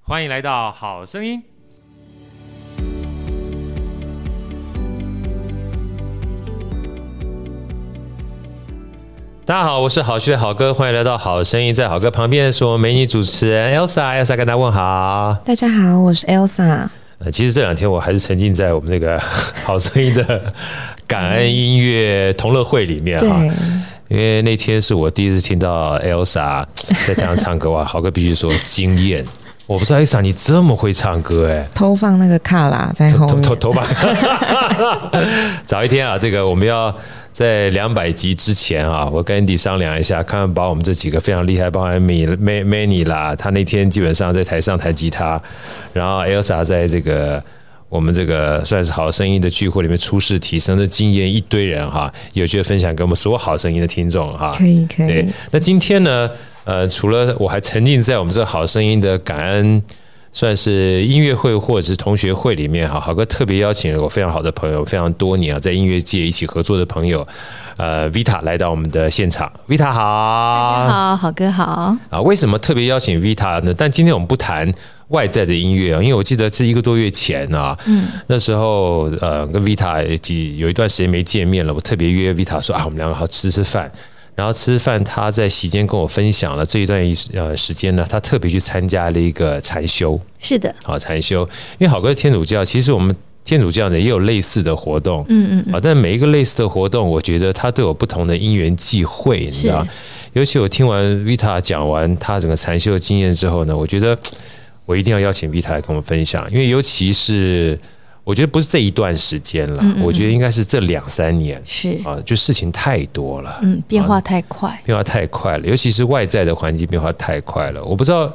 欢迎来到《好声音》。大家好，我是好趣的好哥，欢迎来到《好声音》。在好哥旁边的是我们美女主持人 Elsa，Elsa 跟大家问好。大家好，我是 Elsa。呃，其实这两天我还是沉浸在我们那个 《好声音》的感恩音乐同乐会里面对，哈，因为那天是我第一次听到 Elsa 在台上唱歌哇，豪哥必须说惊艳。我不知道 Elsa 你这么会唱歌哎、偷放那个卡拉在后头面。头头发。 早一天啊，这个我们要在两百集之前啊，我跟 Andy 商量一下，看看把我们这几个非常厉害，包含 m a m a n y 啦，他那天基本上在台上弹吉他，然后 Elsa 在这个。我们这个算是好声音的聚会里面初试提升的经验一堆人哈，有机会分享给我们所有好声音的听众哈。可以可对以，，那今天呢，呃，除了我还沉浸在我们这好声音的感恩。算是音乐会或者是同学会里面哈，好哥特别邀请了我非常好的朋友，非常多年啊在音乐界一起合作的朋友，呃，Vita 来到我们的现场。Vita 好，大家好，好哥好，啊，为什么特别邀请 Vita 呢？但今天我们不谈外在的音乐啊，因为我记得是一个多月前啊，嗯，那时候呃跟 Vita 也几有一段时间没见面了，我特别约 Vita 说啊，我们两个好吃吃饭。然后吃饭，他在席间跟我分享了这一段呃时间呢，他特别去参加了一个禅修，是的，好禅修，因为好哥是天主教，其实我们天主教呢也有类似的活动，嗯嗯，啊，但每一个类似的活动，我觉得它都有不同的因缘际会，你知道是？尤其我听完 Vita 讲完她整个禅修的经验之后呢，我觉得我一定要邀请 Vita 来跟我们分享，因为尤其是我觉得不是这一段时间嗯了，我觉得应该是这两三年是，啊，就事情太多了，啊嗯，变化太快，变化太快了，尤其是外在的环境变化太快了。我不知道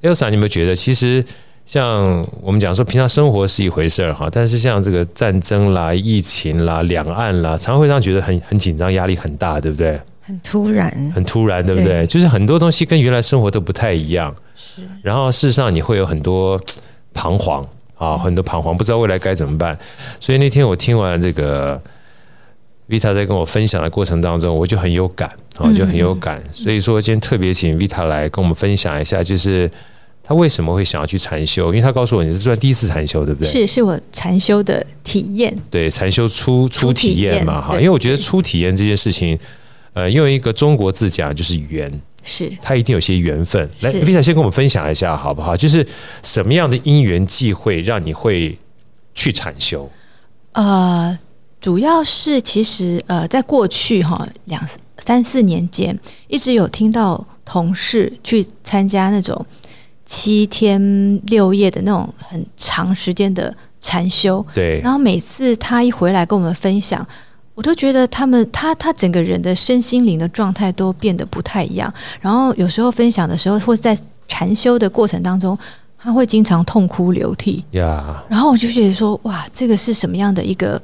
Elsa 你有没有觉得，其实像我们讲说，平常生活是一回事儿哈，但是像这个战争啦、疫情啦、两岸啦，常会让人觉得很很紧张、压力很大，对不对？很突然。很突然，对不对？对就是很多东西跟原来生活都不太一样。是，然后事实上你会有很多嗯彷徨啊，很多彷徨，不知道未来该怎么办。所以那天我听完这个 Vita 在跟我分享的过程当中，我就很有感啊，就很有感。所以说今天特别请 Vita 来跟我们分享一下，就是他为什么会想要去禅修，因为他告诉我你是算第一次禅修，对不对？是是我禅修的体验，对禅修初初初体体验嘛验哈，对因为我觉得初体验这件事情，呃，用一个中国字讲就是缘。是他一定有些缘分。来是，Vita 先跟我们分享一下好不好？就是什么样的因缘际会让你会去禅修？呃，主要是其实呃，在过去哈两三四年间，一直有听到同事去参加那种七天六夜的那种很长时间的禅修，对，然后每次他一回来跟我们分享，我都觉得他们他他整个人的身心灵的状态都变得不太一样。然后有时候分享的时候，或者在禅修的过程当中，他会经常痛哭流涕。呀，然后我就觉得说，哇，这个是什么样的一个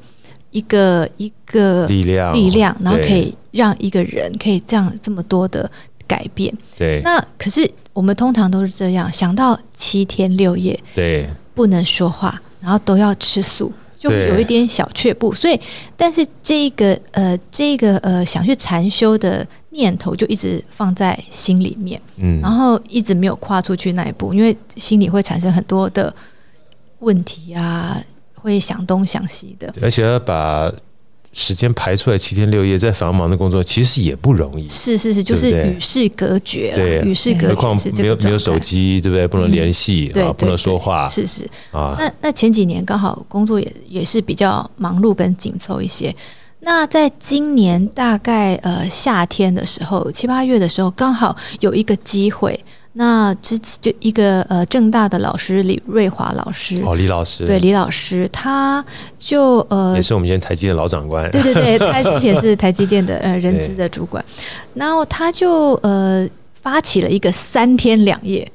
一个一个力量，力量，然后可对以让一个人可以这样这么多的改变。对那可是我们通常都是这样，想到七天六夜，对不能说话，然后都要吃素，就对有一点小却步。所以，但是这个呃，这个呃，想去禅修的念头就一直放在心里面，嗯然后一直没有跨出去那一步，因为心里会产生很多的问题啊，会想东想西的。而且要把时间排出来七天六夜，在繁忙的工作其实也不容易。是是是，就对不是对与世隔绝对了，与世何隔况绝是这没个有没有状手态，嗯机，对不对？不能联系对啊，不对能说对话是是。啊。那那前几年刚好工作也也是比较忙碌跟紧凑一些。那在今年大概呃夏天的时候，七八月的时候，刚好有一个机会。那之前就一个呃正大的老师李瑞华老师，哦，李老师，对李老师，他就呃也是我们现在台积电老长官，对对对，他之前是台积电的 呃人资的主管，然后他就呃发起了一个三天两夜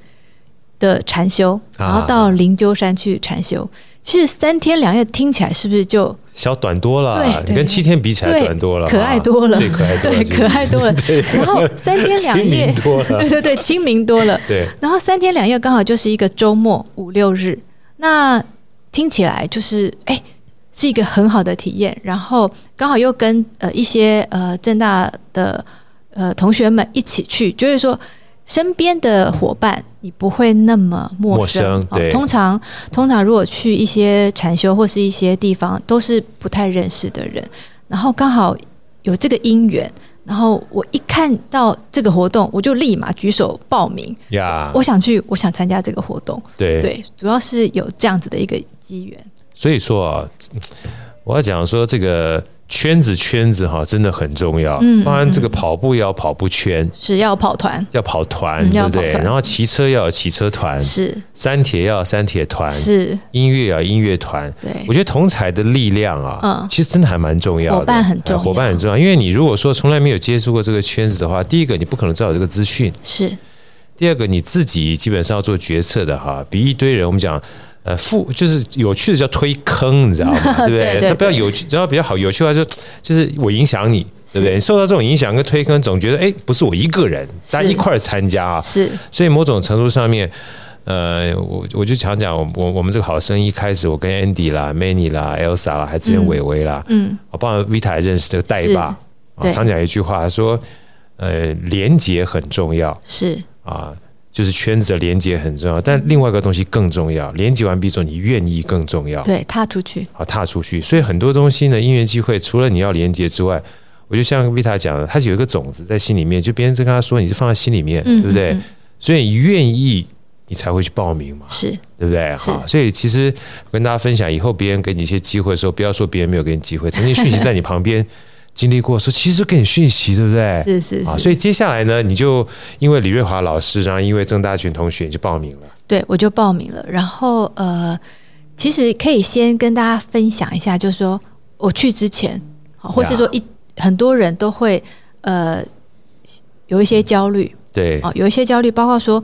的禅修，然后啊到灵鹫山去禅修。其实三天两夜听起来是不是就小短多了，对你跟对七天比起来对短多了，可爱多了对，可爱多了，对可爱多了？ 然后三天两亲夜民，多了 对，对对，清明多了。对，然后三天两夜刚好就是一个周末五六日，那听起来就是哎是一个很好的体验，然后刚好又跟呃一些呃正大的呃同学们一起去，就是说身边的伙伴，你不会那么陌陌生生。啊对通常通常如果去一些禅修或是一些地方，都是不太认识的人，然后刚好有这个因缘，然后我一看到这个活动，我就立马举手报名，呀我想去，我想参加这个活动。啊对对，主要是有这样子的一个机缘。所以说啊，我要讲说这个圈子圈子哈、真的很重要。嗯当然这个跑步要跑步圈，是要跑团，要跑团，嗯对要不跑对？团然后骑车要有骑车团，是山铁要有山铁团，是，音乐要有音乐团。对我，觉得同才的力量啊，嗯其实真的还蛮重要的，伙伴很重要哎伙伴很重要。因为你如果说从来没有接触过这个圈子的话，第一个你不可能知道有这个资讯，是第二个你自己基本上要做决策的哈，比一堆人我们讲。呃，负就是有趣的叫推坑，你知道 吗？对不对？对对它比较有趣，然后比较好有趣的话就就是我影响你，对不对？你受到这种影响跟推坑，总觉得哎，不是我一个人，大家是一块儿参加啊，是，所以某种程度上面，呃，我我就想讲，我我我们这个好声音一开始，我跟 Andy 啦、Manny 啦、Elsa 啦，还之前嗯伟伟啦，嗯，我帮 Vita 也认识这个带是爸，啊，对常讲一句话，他说，呃，连接很重要是啊。就是圈子的连接很重要，但另外一个东西更重要。连接完毕之后，你愿意更重要，对，踏出去，好啊踏出去。所以很多东西呢，因缘机会，除了你要连接之外，我就像 Vita 讲的，它有一个种子在心里面，就别人在跟他说，你是放在心里面，嗯，对不对？嗯？嗯所以你愿意，你才会去报名嘛，是对不对？是好，所以其实我跟大家分享，以后别人给你一些机会的时候，不要说别人没有给你机会，曾经讯息在你旁边经历过，说其实给你讯息，对不对？是是啊，是，所以接下来呢，你就因为李瑞华老师，然后因为郑大群同学，你就报名了。对，我就报名了。然后呃，其实可以先跟大家分享一下，就是说我去之前，好或是呀说一很多人都会呃有一些焦虑对哦，有一些焦虑，包括说。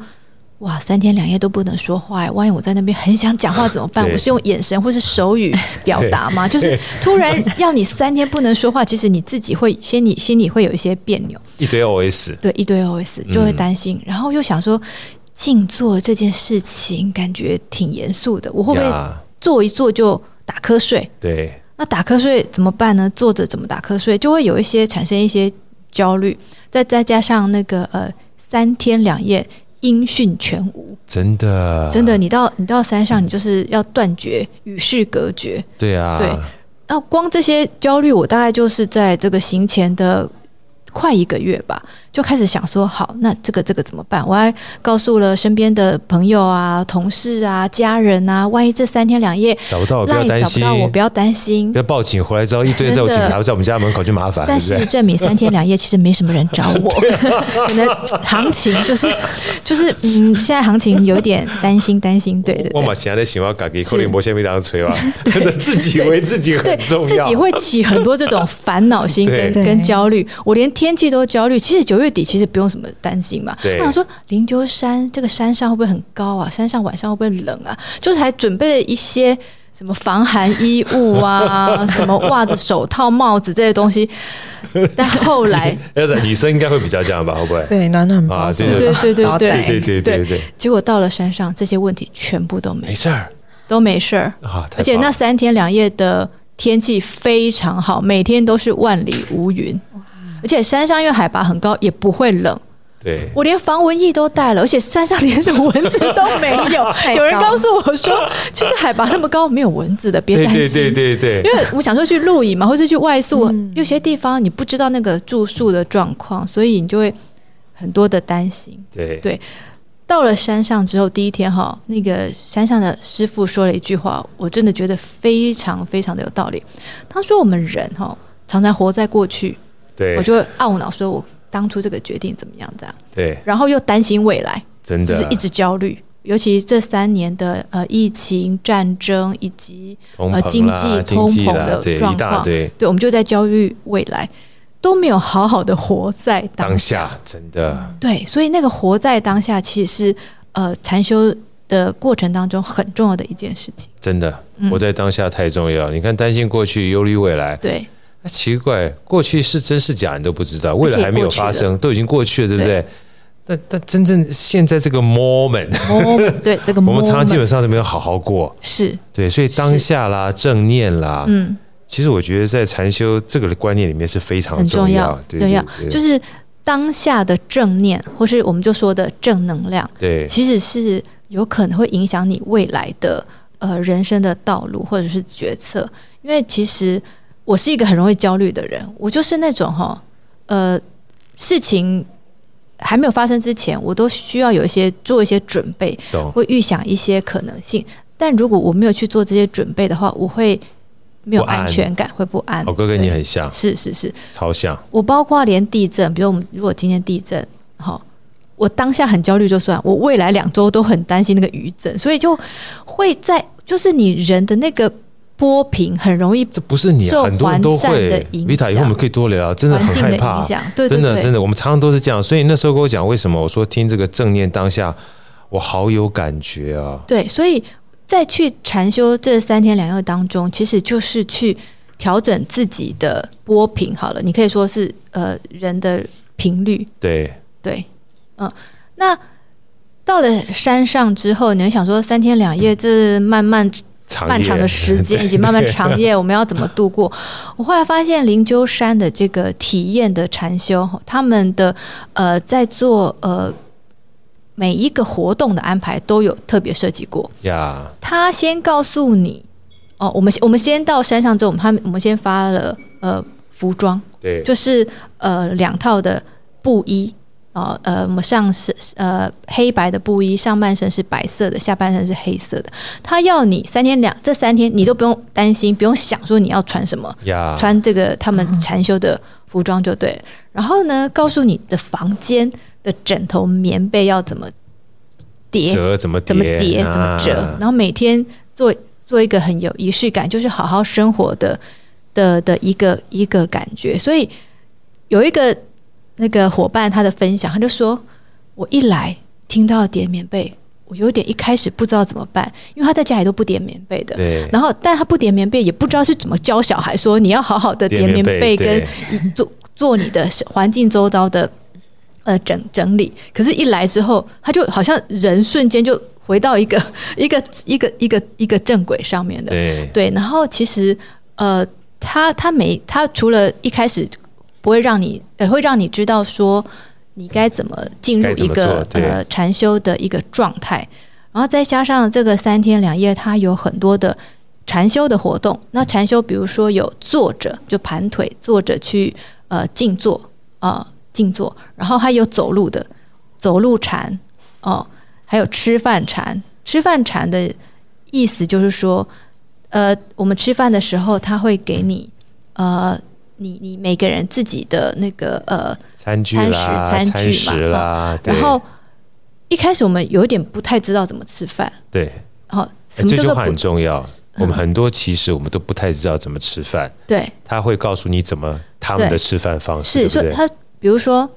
哇，三天两夜都不能说话哎！万一我在那边很想讲话怎么办？对我是用眼神或是手语表达 吗？就是突然要你三天不能说话，其实你自己会心里心里会有一些别扭。一堆 OS，对一堆 OS 嗯就会担心，然后又想说静坐这件事情感觉挺严肃的，我会不会呀做一做就打瞌睡？对那打瞌睡怎么办呢？坐着怎么打瞌睡？就会有一些产生一些焦虑，再再加上那个呃三天两夜音讯全无，真的，真的，你到你到山上，你就是要断绝与世隔绝。对啊，对那光这些焦虑，我大概就是在这个行前的快一个月吧，就开始想说，好，那这个这个怎么办？我还告诉了身边的朋友啊、同事啊、家人啊，万一这三天两夜找不到哦不要赖担找不心，到我，不要担心不。要报警，回来之后一堆在我警真的察在我们家门口就麻烦，对但不是啊对？啊证明三天两夜其实没什么人找 我， 可能行情就是就是嗯，现在行情有点担心担心，对对对。我嘛想在想要家己可是能无啥物人催 吧， 真的自己为自己对很重自要。己会起很多这种烦恼心 对跟跟对焦虑，我连天气都焦虑。其实九月底其实不用什么担心嘛。对我想说灵鹫山这个山上会不会很高啊？山上晚上会不会冷啊？就是还准备了一些什么防寒衣物 啊，什么袜子、手套、帽子这些东西。但后来，要是哎女生应该会比较这样吧，会不会？对，暖暖包啊什对么的，对对对然后对带对对对对，结果到了山上，这些问题全部都没没事儿都没事儿。啊，太而且棒那了三天两夜的天气非常好，每天都是万里无云。而且山上因为海拔很高，也不会冷。对我连防蚊液都带了，而且山上连什么蚊子都没 有太。高有人告诉我 说，其实海拔那么高没有蚊子的，别对担心。对对对因对，为我想说去露营嘛，或是去外宿，嗯有些地方你不知道那个住宿的状况，所以你就会很多的担心。对对到了山上之后，第一天哈，那个山上的师傅说了一句话，我真的觉得非常非常的有道理。他说我们人哈常常活在过去，对，我就会懊恼，说我当初这个决定怎么样这样，对然后又担心未来，真就的是一直焦虑。尤其这三年的呃疫情、战争以及通呃膨经啦、济经济通膨啦的，对状一大况堆。对，我们就在焦虑未来，都没有好好的活在当当下真的对，所以那个活在当下，其实是呃禅修的过程当中很重要的一件事情。真的，嗯活在当下太重要。你看，担心过去，忧虑未来，对，啊奇怪，过去是真是假你都不知道，未来而且还没有过去发了生，都已经过去了，对不对？但但真正现在这个 moment， moment，对哦这个我们常常基 moment 本上都没有好好过。是，对，所以当下啦、正念啦，嗯，其实我觉得在禅修这个观念里面是非常很重要要，，对重要对对就是。当下的正念，或是我们就说的正能量，对，其实是有可能会影响你未来的呃人生的道路或者是决策。因为其实我是一个很容易焦虑的人，我就是那种哈呃事情还没有发生之前，我都需要有一些做一些准备，懂，会预想一些可能性。但如果我没有去做这些准备的话，我会没有不安安全感，会不安。我哦哥跟你很像，是是是，超像，我包括连地震，比如我们如果今天地震，好，我当下很焦虑就算，我未来两周都很担心那个余震，所以就会在就是你人的那个波平很容易这不是你啊受很多人都环境会的影响，Vita，以后我们可以多聊，啊真的环很境害的怕影，响，对对真的真对，的，我们常常都是这样。所以那时候跟我讲，为什么我说听这个正念当下，我好有感觉啊，对，所以在去禅修这三天两夜当中，其实就是去调整自己的波平好了，你可以说是呃人的频率，对，对，嗯，那到了山上之后，你会想说三天两夜，这漫漫长夜漫长的时间 对以及漫漫长夜，我们要怎么度过？我后来发现灵鹫山的这个体验的禅修，他们的呃在做呃每一个活动的安排都有特别设计过，呀，他先告诉你哦，我们我们先到山上之后，我们他们我们先发了呃服装。对，就是呃两套的布衣。哦，呃，我们上身呃黑白的布衣，上半身是白色的，下半身是黑色的。他要你三天两这三天，你都不用担心，不用想说你要穿什么，呀，穿这个他们禅修的服装就对了。然后呢，告诉你的房间的枕头、棉被要怎么叠，折怎么怎么叠叠怎么折，啊然后每天做做一个很有仪式感，就是好好生活的的的一个一个感觉。所以有一个那个伙伴他的分享，他就说我一来听到叠棉被，我有点一开始不知道怎么办，因为他在家里都不叠棉被的。对，然后，但他不叠棉被，也不知道是怎么教小孩说你要好好的叠棉被，跟对做做你的环境周遭的呃整整理。可是，一来之后，他就好像人瞬间就回到一个 一个一个一个一个正轨上面的。对对，然后其实呃，他他每他除了一开始不会让你，呃，会让你知道说你该怎么进入该怎一么个做对呃禅修的一个状态，然后再加上这个三天两夜，它有很多的禅修的活动。那禅修比如说有坐着，就盘腿坐着去呃静坐啊、呃静坐，然后还有走路的走路禅哦，还有吃饭禅。吃饭禅的意思就是说，呃，我们吃饭的时候，他会给你呃，你你每个人自己的那个呃，餐具啦，餐食餐具餐嘛食啦，对然后一开始我们有一点不太知道怎么吃饭，对，然后什哎这么句叫做话不嗯很重要。我们很多其实我们都不太知道怎么吃饭，对，他会告诉你怎么他们的对吃饭方式，是哦对所不以对？他比如说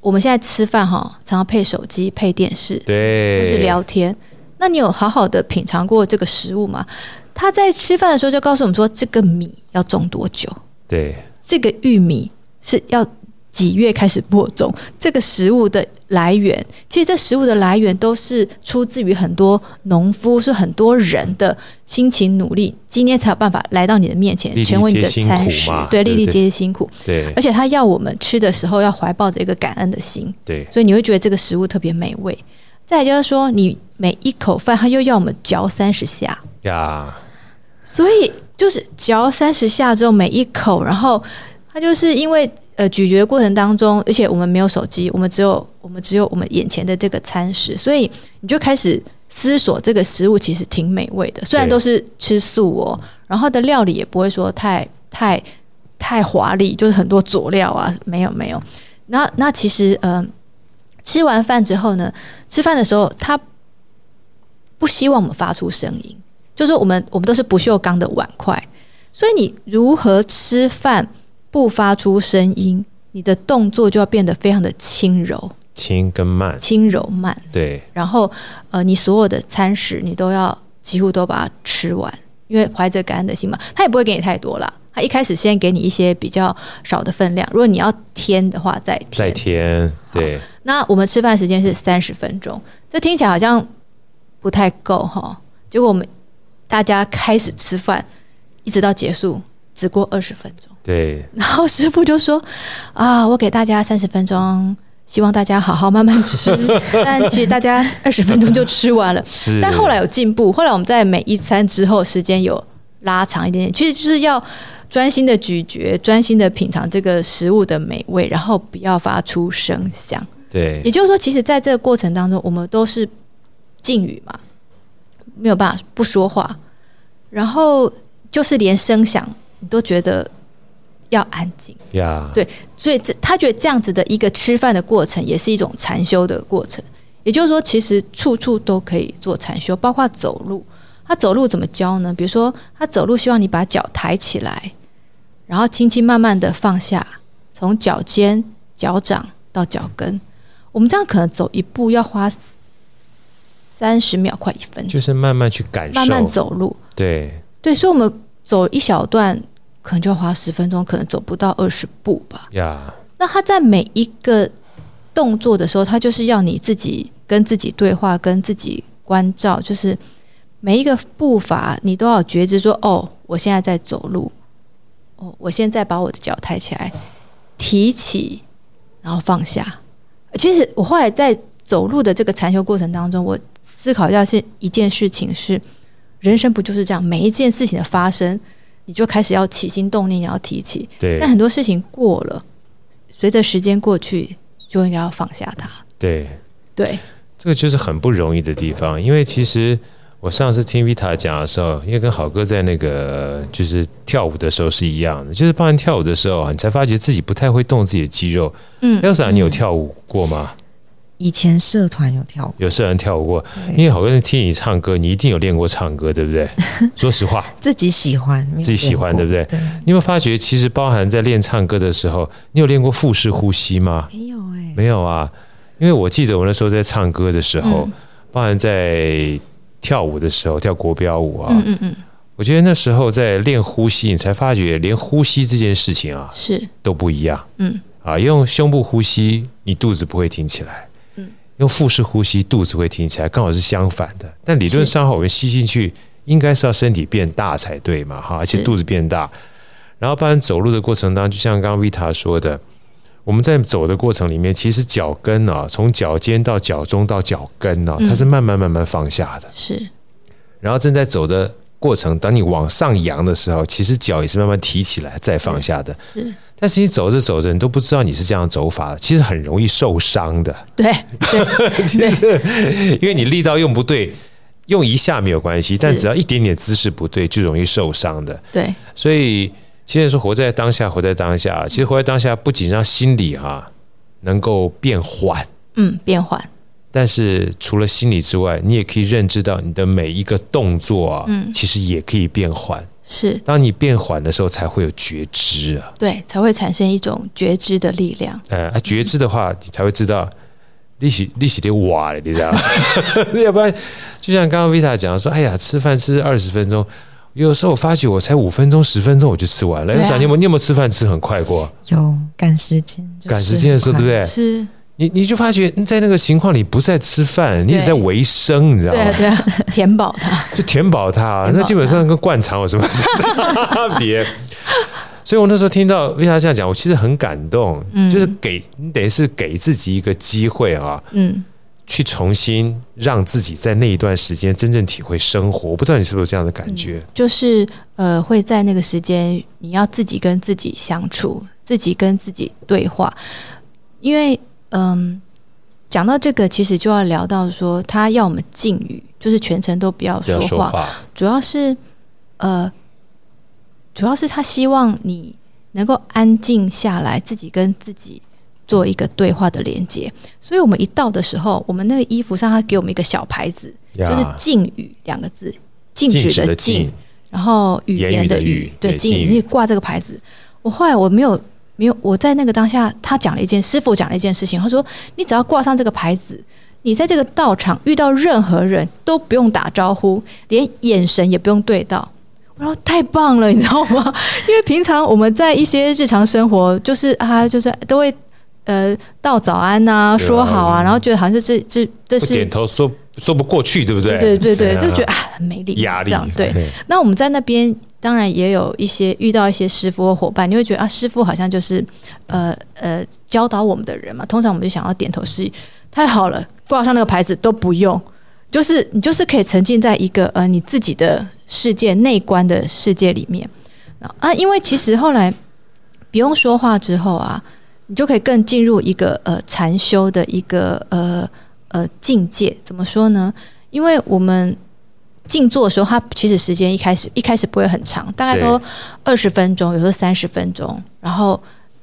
我们现在吃饭哈，常常配手机、配电视，或对，是聊天。那你有好好的品尝过这个食物吗？他在吃饭的时候就告诉我们说，这个米要种多久，对这个玉米是要几月开始播种，这个食物的来源，其实这食物的来源都是出自于很多农夫，是很多人的辛勤努力，今天才有办法来到你的面粒前，粒成为你的皆辛苦餐食嘛，对，对粒粒对皆辛苦。对而且他要我们吃的时候，要怀抱着一个感恩的心。对所以你会觉得这个食物特别美味。再来就是说，你每一口饭，它又要我们嚼三十下，呀，所以就是嚼三十下之后每一口，然后它就是因为呃咀嚼的过程当中，而且我们没有手机，我们只有我们只有我们眼前的这个餐食，所以你就开始思索这个食物其实挺美味的，虽然对都是吃素哦，然后它的料理也不会说太太太华丽，就是很多佐料啊，没有没有。那那其实呃，吃完饭之后呢，吃饭的时候他不希望我们发出声音，就是说我们我们都是不锈钢的碗筷，所以你如何吃饭不发出声音，你的动作就要变得非常的轻柔、轻跟慢，轻柔慢，对然后呃，你所有的餐食你都要几乎都把它吃完，因为怀着感恩的心嘛，他也不会给你太多啦。他一开始先给你一些比较少的分量，如果你要添的话再再甜，添。对那我们吃饭时间是三十分钟，这听起来好像不太够哈。结果我们大家开始吃饭，一直到结束只过二十分钟。对，然后师傅就说：“啊，我给大家三十分钟，希望大家好好慢慢吃。但其实大家二十分钟就吃完了。是。但后来有进步，后来我们在每一餐之后时间有拉长一点点，其实就是要专心的咀嚼，专心的品尝这个食物的美味，然后不要发出声响。也对就是说，其实在这个过程当中，我们都是禁语嘛，没有办法不说话，然后就是连声响你都觉得要安静。呀，对所以这他觉得这样子的一个吃饭的过程，也是一种禅修的过程。也就是说，其实处处都可以做禅修，包括走路。他走路怎么教呢？比如说，他走路希望你把脚抬起来，然后轻轻慢慢的放下，从脚尖、脚掌到脚跟。我们这样可能走一步要花三十秒，快一分钟，就是慢慢去感受，慢慢走路。对对，所以我们走一小段，可能就要花十分钟，可能走不到二十步吧。呀，那他在每一个动作的时候，他就是要你自己跟自己对话，跟自己关照，就是每一个步伐你都要有觉知说，哦，我现在在走路，哦，我现在把我的脚抬起来，提起，然后放下。其实我后来在走路的这个禅修过程当中，我思考一下是一件事情是，人生不就是这样，每一件事情的发生，你就开始要起心动念，你要提起，对但很多事情过了，随着时间过去，就应该要放下它。对，对，这个就是很不容易的地方，因为其实我上次听 Vita 讲的时候，因为跟好哥在那个就是跳舞的时候是一样的，就是帮人跳舞的时候啊，你才发觉自己不太会动自己的肌肉。嗯 Elsa，你有跳舞过吗？以前社团有跳过，有社人跳舞过？对因为好哥听你唱歌，你一定有练过唱歌，对不 对？说实话，自己喜欢，没有自己喜欢练过对不对，你有没有发觉，其实包含在练唱歌的时候，你有练过腹式呼吸吗？没有哎、没有啊，因为我记得我那时候在唱歌的时候，包含在跳舞的时候，跳国标舞啊，嗯嗯嗯，我觉得那时候在练呼吸，你才发觉连呼吸这件事情啊是，都不一样嗯啊。用胸部呼吸，你肚子不会挺起来；嗯用腹式呼吸，肚子会挺起来，刚好是相反的。但理论上哈，我们吸进去应该是要身体变大才对嘛，哈，而且是肚子变大。然后，不然走路的过程当中，就像刚刚 Vita 说的，我们在走的过程里面，其实脚跟啊，从脚尖到脚中到脚跟嗯啊，它是慢慢慢慢放下的。是，然后正在走的过程，当你往上扬的时候，其实脚也是慢慢提起来再放下的。是但是你走着走着，你都不知道你是这样走法的，其实很容易受伤的。对，其实因为你力道用不对，用一下没有关系，但只要一点点姿势不对，就容易受伤的。对，所以，现在说活在当下，活在当下，其实活在当下不仅让心理啊能够变缓。嗯，变换，但是除了心理之外，你也可以认知到你的每一个动作啊，其实也可以变缓。是当你变缓的时候，才会有觉知啊。对，才会产生一种觉知的力量。呃，啊觉知的话，你才会知道利息利息得哇了，你知道吗？ 要不然，就像刚刚 Vita 讲说，哎呀，吃饭吃二十分钟，有时候我发觉我才五分钟、十分钟我就吃完了。对啊你想，你有没有你有没有吃饭吃很快过？有赶时间，就赶时是间的时候，很对不快？对？是，你你就发觉嗯在那个情况里，不是在吃饭，你也对在维生，你知道对吗啊？对啊， 填饱它。就填饱它、啊填饱那基本上跟灌肠有什么 差别？所以我那时候听到为啥这样讲，我其实很感动，嗯就是给你得是给自己一个机会啊，嗯，去重新让自己在那一段时间真正体会生活。我不知道你是不是有这样的感觉？嗯就是呃，会在那个时间，你要自己跟自己相处，自己跟自己对话，因为嗯，讲到这个，其实就要聊到说，他要我们禁语，就是全程都不要不说要话，说话，主要是呃，主要是他希望你能够安静下来，自己跟自己做一个对话的连接。所以我们一到的时候，我们那个衣服上他给我们一个小牌子，就是呀“禁语”两个字，禁禁止止的的禁禁，，然后语言言语的语语，对对禁禁语，语你挂这个牌子。我后来我没有没有，我在那个当下，他讲了一件，师傅讲了一件事情，他说你只要挂上这个牌子，你在这个道场遇到任何人都不用打招呼，连眼神也不用对到。我说太棒了，你知道吗？ 因为平常我们在一些日常生活，就是啊，就是都会呃道早安呐、对啊说好啊，然后觉得好像这这这不是点头说说不过去，对不对？对对对，啊就觉得啊很没礼貌压力这样对。那我们在那边当然也有一些遇到一些师傅或伙伴，你会觉得啊，师傅好像就是呃呃教导我们的人嘛。通常我们就想要点头示意，太好了，挂上那个牌子都不用，就是你就是可以沉浸在一个呃你自己的世界内观的世界里面啊。因为其实后来不用说话之后啊，你就可以更进入一个呃禅修的一个呃呃境界。怎么说呢？因为我们静坐的时候，它其实时间一开始一开始不会很长，大概都二十分钟，有时候三十分钟。然后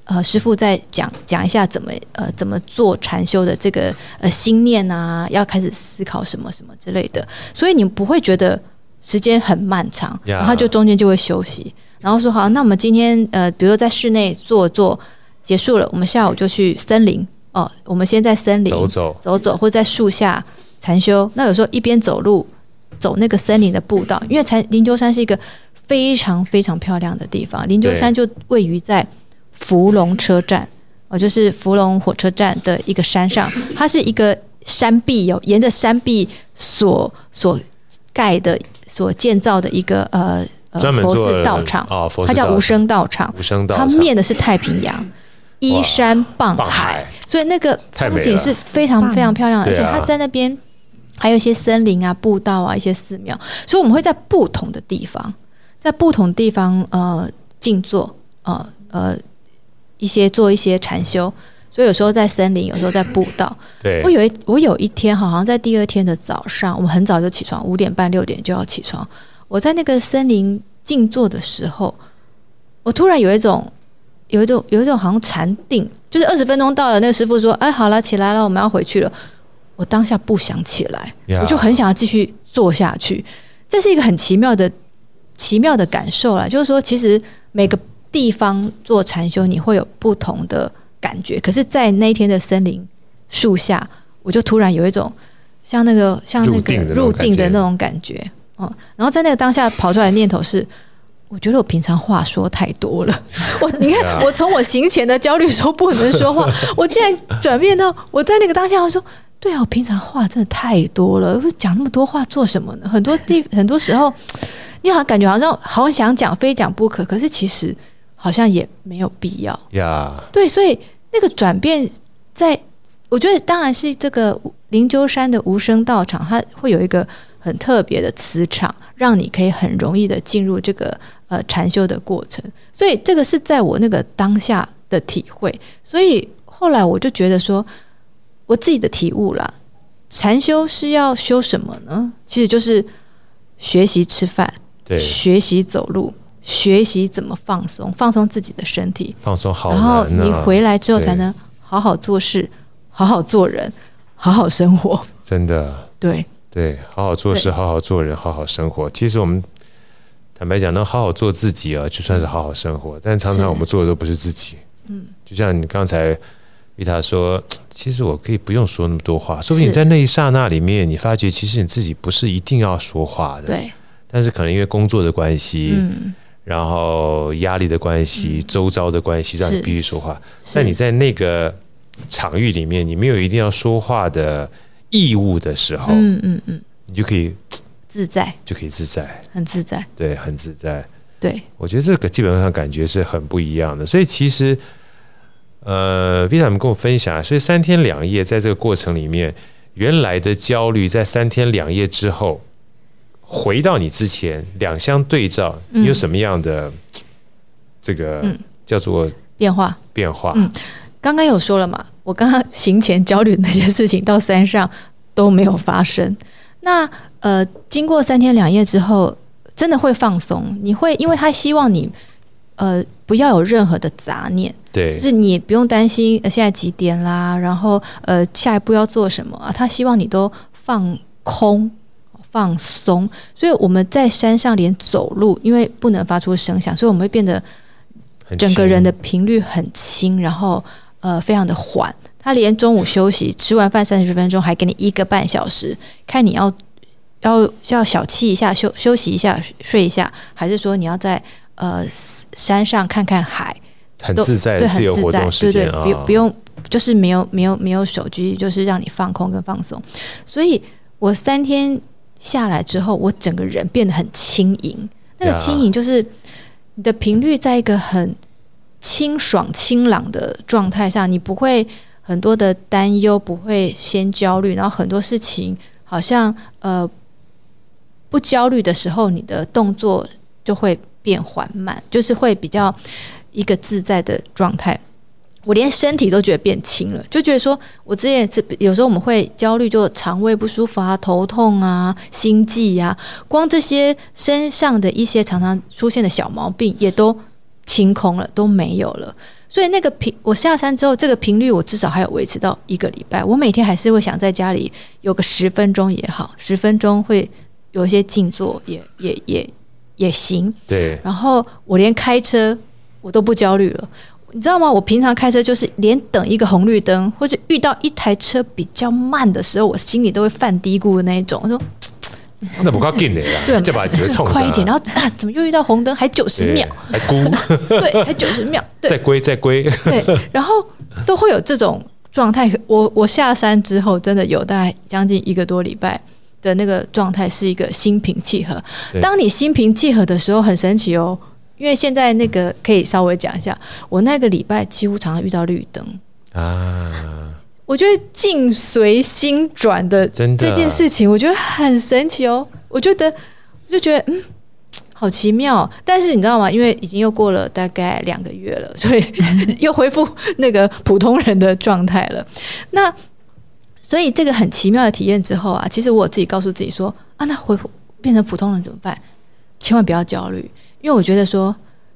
呃，师傅再讲讲一下怎么呃怎么做禅修的这个呃心念啊，要开始思考什么什么之类的，所以你不会觉得时间很漫长，呀然后就中间就会休息。然后说好，那我们今天呃，比如说在室内坐坐，结束了，我们下午就去森林哦、我们先在森林走走，走走，或者在树下禅修。那有时候一边走路走那个森林的步道，因为禅灵鹫山是一个非常非常漂亮的地方。灵鹫山就位于在福隆车站，哦，就是福隆火车站的一个山上，它是一个山壁，有沿着山壁所所盖的、所建造的一个呃呃专门佛做寺道场，哦，佛寺它叫道无场声道场，无声道它场，面的是太平洋。依山傍傍海海，所以那个太风美景了是非常棒非常漂亮的，而对且啊它在那边还有一些森林啊、步道啊、一些寺庙，所以我们会在不同的地方，在不同地方呃静坐，呃呃一些做一些禅修，所以有时候在森林，有时候在步道。对我，有一我有一天好像在第二天的早上，我们很早就起床，五点半六点就要起床。我在那个森林静坐的时候，我突然有一种有一种有一种好像禅定，就是二十分钟到了，那个师傅说：“哎，好了，起来了，我们要回去了。”我当下不想起来，呀我就很想要继续做下去。这是一个很奇妙的奇妙的感受啦，就是说，其实每个地方做禅修，你会有不同的感觉。可是，在那一天的森林树下，我就突然有一种像那个像那入个定的那种入感定的觉那种感觉，嗯，然后在那个当下跑出来的念头是。哦我觉得我平常话说太多了， 我你看 Yeah. 我从我行前的焦虑说不能说 话，我竟然转变到我在那个当下我说，对啊，我平常话真的太多了，我讲那么多话做什么呢？很多地很多时候，你好像感觉好像好想讲，非讲不可，可是其实好像也没有必要。呀，对，所以那个转变在，我觉得当然是这个灵鹫山的无声道场，它会有一个很特别的磁场，让你可以很容易的进入这个呃禅修的过程。所以这个是在我那个当下的体会，所以后来我就觉得说，我自己的体悟啦，禅修是要修什么呢？其实就是学习吃饭，对，学习走路。学习怎么放松，放松自己的身体，放松好然后难你啊，回来之后对才能好好做事、好好做人、好好生活。真的，对，对，好好做事，对好好做人，好好生活。其实我们坦白讲，能好好做自己啊，就算是好好生活。但常是常我们做的都不是自己。嗯，就像你刚才维塔说，其实我可以不用说那么多话，说不定你是在那一刹那里面，你发觉其实你自己不是一定要说话的。对，但是可能因为工作的关系，嗯，然后压力的关系、周遭的关系，让你是必须说话。是但你在那个场域里面，你没有一定要说话的义务的时候，嗯嗯嗯，你就可以自在，就可以自在，很自在。对，很自在。对，我觉得这个基本上感觉是很不一样的。所以其实，呃，Vita 们跟我分享，所以三天两夜在这个过程里面，原来的焦虑在三天两夜之后，回到你之前，两相对照，嗯你有什么样的、这个嗯叫做变化。变化？嗯刚刚有说了嘛，我刚刚行前焦虑的那些事情到山上都没有发生。那呃，经过三天两夜之后，真的会放松。你会因为他希望你呃不要有任何的杂念。对就，是你也不用担心呃现在几点啦，然后呃下一步要做什么啊？他希望你都放空、放松。所以我们在山上连走路，因为不能发出声响，所以我们会变得很整个轻人的频率很轻，然后呃非常的缓。他连中午休息，吃完饭三十分钟，还给你一个半小时，看你要要要小憩一下，休休息一下，睡一下，还是说你要在呃山上看看海，很都自在对，的很自由活动时自在，间对啊，对，不不用，就是没有没有没有手机，就是让你放空跟放松。所以我三天下来之后，我整个人变得很轻盈。那个呀轻盈就是你的频率在一个很清爽、清朗的状态下，你不会很多的担忧，不会先焦虑，然后很多事情好像呃不焦虑的时候，你的动作就会变缓慢，就是会比较一个自在的状态。我连身体都觉得变轻了，就觉得说，我之前这有时候我们会焦虑，就肠胃不舒服啊、头痛啊、心悸啊，光这些身上的一些常常出现的小毛病也都清空了，都没有了。所以那个频，我下山之后，这个频率我至少还有维持到一个礼拜。我每天还是会想在家里有个十分钟也好，十分钟会有一些静坐也也也也行。对，然后我连开车我都不焦虑了，你知道吗？我平常开车就是连等一个红绿灯，或者遇到一台车比较慢的时候，我心里都会犯嘀咕的那一种。我说那不靠近的啦，对这把只会冲快一上点，然后啊，怎么又遇到红灯，还九十对秒？还估，对，还九十秒，对再归再归，对，然后都会有这种状态。我我下山之后，真的有大概将近一个多礼拜的那个状态，是一个心平气和对。当你心平气和的时候，很神奇哦。因为现在那个可以稍微讲一下，我那个礼拜几乎常常遇到绿灯，啊，我觉得境随心转的真的这件事情，我觉得很神奇哦。我觉得，我就觉得，嗯，好奇妙。但是你知道吗？因为已经又过了大概两个月了，所以又恢复那个普通人的状态了。那所以这个很奇妙的体验之后啊，其实我自己告诉自己说啊，那回变成普通人怎么办？千万不要焦虑，因为我觉得说，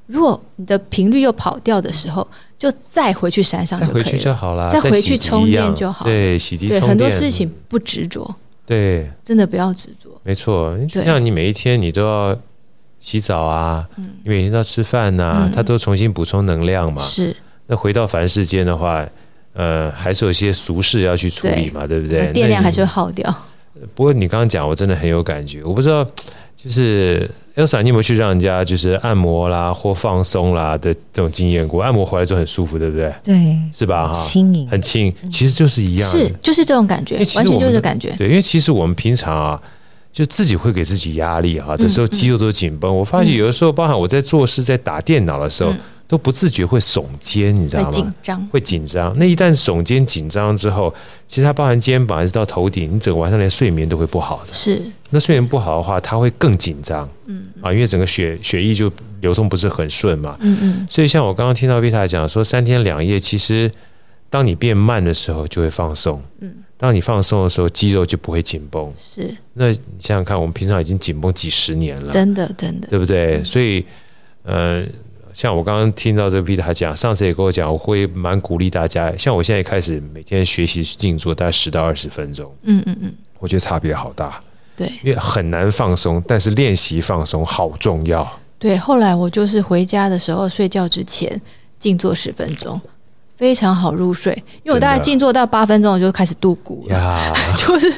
如果你的频率又跑掉的时候，就再回去山上再就可回以去了。就好啦，再回洗去涤充一电样就好对，洗涤对，充电，很多事情不执着，对，真的不要执着。没错，就对像你每一天你都要洗澡啊，你每天都要吃饭呐、啊嗯它都重新补充能量嘛。是，那回到凡世间的话，呃，还是有一些俗事要去处理嘛，对不对？电量还是会那耗掉。你不过你刚刚讲，我真的很有感觉。我不知道，就是 Elsa，你有没有去让人家就是按摩啦或放松啦的这种经验过？按摩回来之后很舒服，对不对？对，是吧？哈，轻盈，很轻，其实就是一样的。是，就是这种感觉因为其，实完我全就们是的感觉。对，因为其实我们平常啊，就自己会给自己压力啊，嗯的时候肌肉都紧绷。我发现有的时候，包含我在做事、在打电脑的时候，嗯都不自觉会耸肩，你知会道紧吗？张，会紧张。那一旦耸肩紧张之后，其实它包含肩膀一直到头顶，你整个晚上连睡眠都会不好的。是那睡眠不好的话，它会更紧张，嗯啊，因为整个血血液就流通不是很顺嘛。嗯嗯，所以像我刚刚听到 Vita 讲说，三天两夜，其实当你变慢的时候，就会放松。嗯，当你放松的时候，肌肉就不会紧绷。是那你想想看，我们平常已经紧绷几十年了，真的真的，对不对？所以，呃，像我刚刚听到这个 Vita 讲，上次也跟我讲，我会蛮鼓励大家。像我现在开始每天学习去静坐，大概十到二十分钟，嗯嗯嗯，我觉得差别好大，对因为很难放松，但是练习放松好重要。对。后来我就是回家的时候，睡觉之前静坐十分钟，非常好入睡。因为我大概真的静坐到八分钟，我就开始度骨了，呀， 就是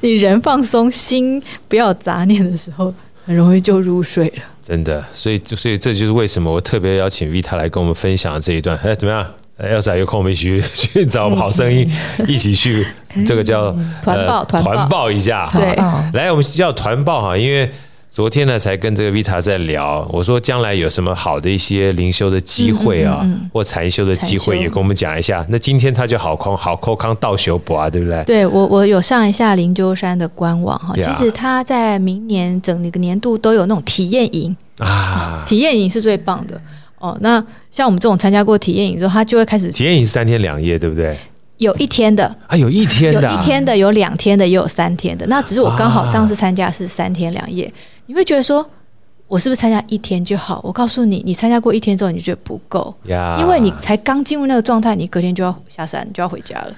你人放松，心不要有杂念的时候，很容易就入睡了。 真的，所以就所以这就是为什么我特别邀请 Vita 来跟我们分享这一段。哎，怎么样？哎 Elsa 有空我们一起去去找我们好声音，一起去这个叫嗯团报呃团报团报一下。对好来，我们叫团报哈，因为昨天呢才跟这个 Vita 在聊，我说将来有什么好的一些灵修的机会啊，嗯或禅修的机会，禅修也跟我们讲一下。那今天他就好空好扣康倒修博啊，对不对？对我，我有上一下灵鹫山的官网哈。 Yeah 其实它在明年整个年度都有那种体验营，啊，体验营是最棒的哦。那像我们这种参加过体验营之后，它就会开始体验营是三天两夜，对不对？有一天的，啊，有一天啊有的啊、一天的，有两天的，也有三天的。那只是我刚好上次参加是三天两夜，你会觉得说，我是不是参加一天就好？我告诉你，你参加过一天之后，你就觉得不够，呀，因为你才刚进入那个状态，你隔天就要下山，就要回家了。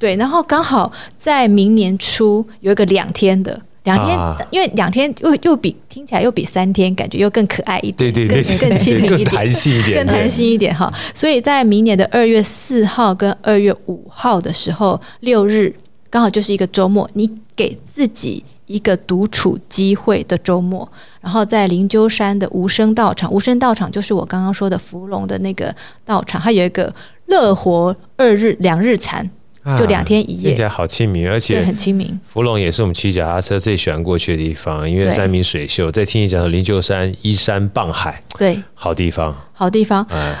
对，然后刚好在明年初有一个两天的，两天，啊因为两天又又比听起来又比三天感觉又更可爱一对点，对对，更对更亲对 民更一点，弹性一点，更弹性一点哈。所以在明年的二月四号跟二月五号的时候，六日刚好就是一个周末，你给自己一个独处机会的周末。然后在灵鹫山的无声道场，无声道场就是我刚刚说的芙蓉的那个道场，它有一个乐活二日两日禅。对啊就两天一听起夜，来好亲民，而对，且很亲民。芙蓉也是我们骑脚踏车最喜欢过去的地方，因为对山明水秀。再听你讲灵鹫山、依山傍海，对，好地方，好地方。嗯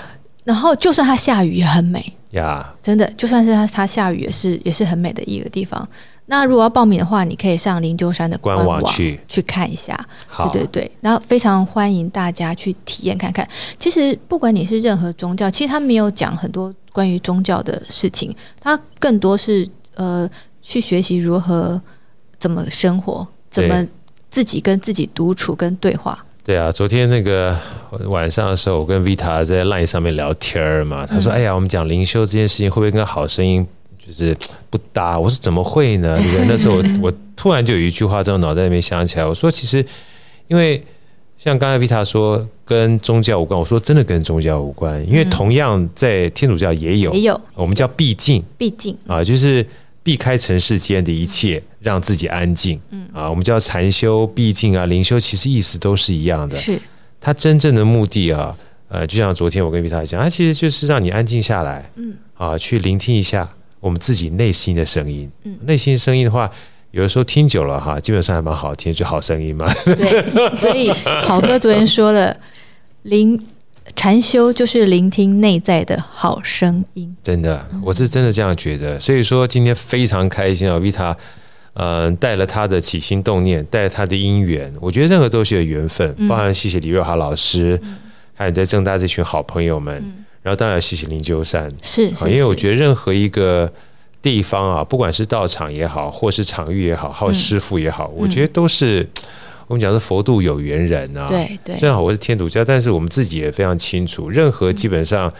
然后就算它下雨也很美，呀，真的，就算是它它下雨也是也是很美的一个地方。那如果要报名的话，你可以上灵鹫山的官官网去看一下。好，对对对，然后非常欢迎大家去体验看看。其实不管你是任何宗教，其实他没有讲很多关于宗教的事情，他更多是呃去学习如何怎么生活，怎对么自己跟自己独处跟对话。对啊，昨天那个晚上的时候，我跟 Vita 在 LINE 上面聊天儿嘛，他说：“哎呀，我们讲灵修这件事情会不会跟好声音就是不搭？”我说：“怎么会呢？”对不对？那时候我我突然就有一句话在我脑袋里面想起来，我说：“其实因为像刚才 Vita 说跟宗教无关，我说真的跟宗教无关，因为同样在天主教也有，也有，我们叫避静。”毕竟啊，就是避开尘世间的一切，让自己安静。嗯啊，我们叫禅修、闭境啊、灵修，其实意思都是一样的。是它真正的目的啊，呃，就像昨天我跟皮塔讲，它哎其实就是让你安静下来，嗯啊，去聆听一下我们自己内心的声音。嗯，内心声音的话。有的时候听久了哈，基本上还蛮好听，就好声音嘛。 对，所以好哥昨天说了，聆禅修就是聆听内在的好声音。真的，我是真的这样觉得。所以说今天非常开心啊，Vita，嗯、带了他的起心动念，带了他的因缘，我觉得任何都是有缘分，包含谢谢李若华老师，还有你在正大这群好朋友们，然后当然谢谢灵鹫山，是，啊，因为我得觉得任何一个地方啊，不管是道场也好，或是场域也好，嗯还有师傅也好，我觉得都是我们讲的佛度有缘人啊，对嗯对虽然我是天主教，但是我们自己也非常清楚，任何基本上，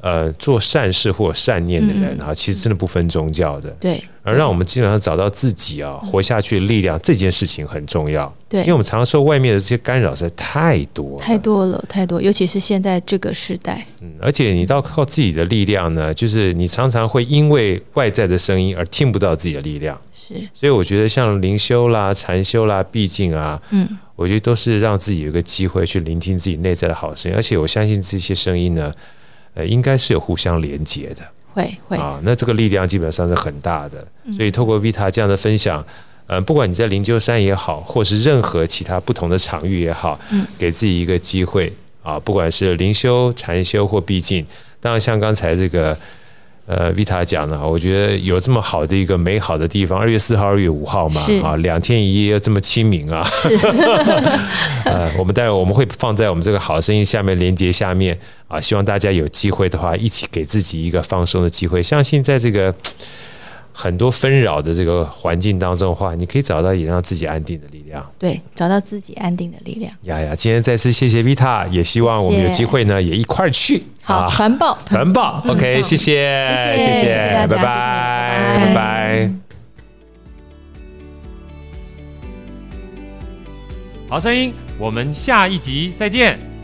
呃，做善事或善念的人啊，其实真的不分宗教的，嗯对而让我们基本上找到自己啊活下去的力量，这件事情很重要，对因为，我们常常受外面的这些干扰实在太多了太多了，太多，尤其是现在这个时代，嗯而且你到靠自己的力量呢，就是你常常会因为外在的声音而听不到自己的力量，是所以我觉得像灵修啦、禅修啦、毕竟啊，嗯，我觉得都是让自己有一个机会去聆听自己内在的好声音，而且我相信这些声音呢，呃，应该是有互相连接的会会，啊。那这个力量基本上是很大的，所以透过 Vita 这样的分享，呃，不管你在灵鹫山也好，或是任何其他不同的场域也好，给自己一个机会啊，不管是灵修、禅修或毕竟，当然像刚才这个。呃，Vita 讲了，我觉得有这么好的一个美好的地方，二月四号、二月五号嘛是，啊，两天一夜又这么亲民啊， 呃，我们待会我们会放在我们这个好声音下面连接下面啊，希望大家有机会的话，一起给自己一个放松的机会。相信在这个很多纷扰的这个环境当中的话，你可以找到也让自己安定的力量。对，找到自己安定的力量。呀呀，今天再次谢谢 Vita，也希望我们有机会呢也一块儿去好，啊，环保，团报。OK，谢谢，谢谢谢谢大家拜拜，谢谢拜拜拜拜。好声音，我们下一集再见。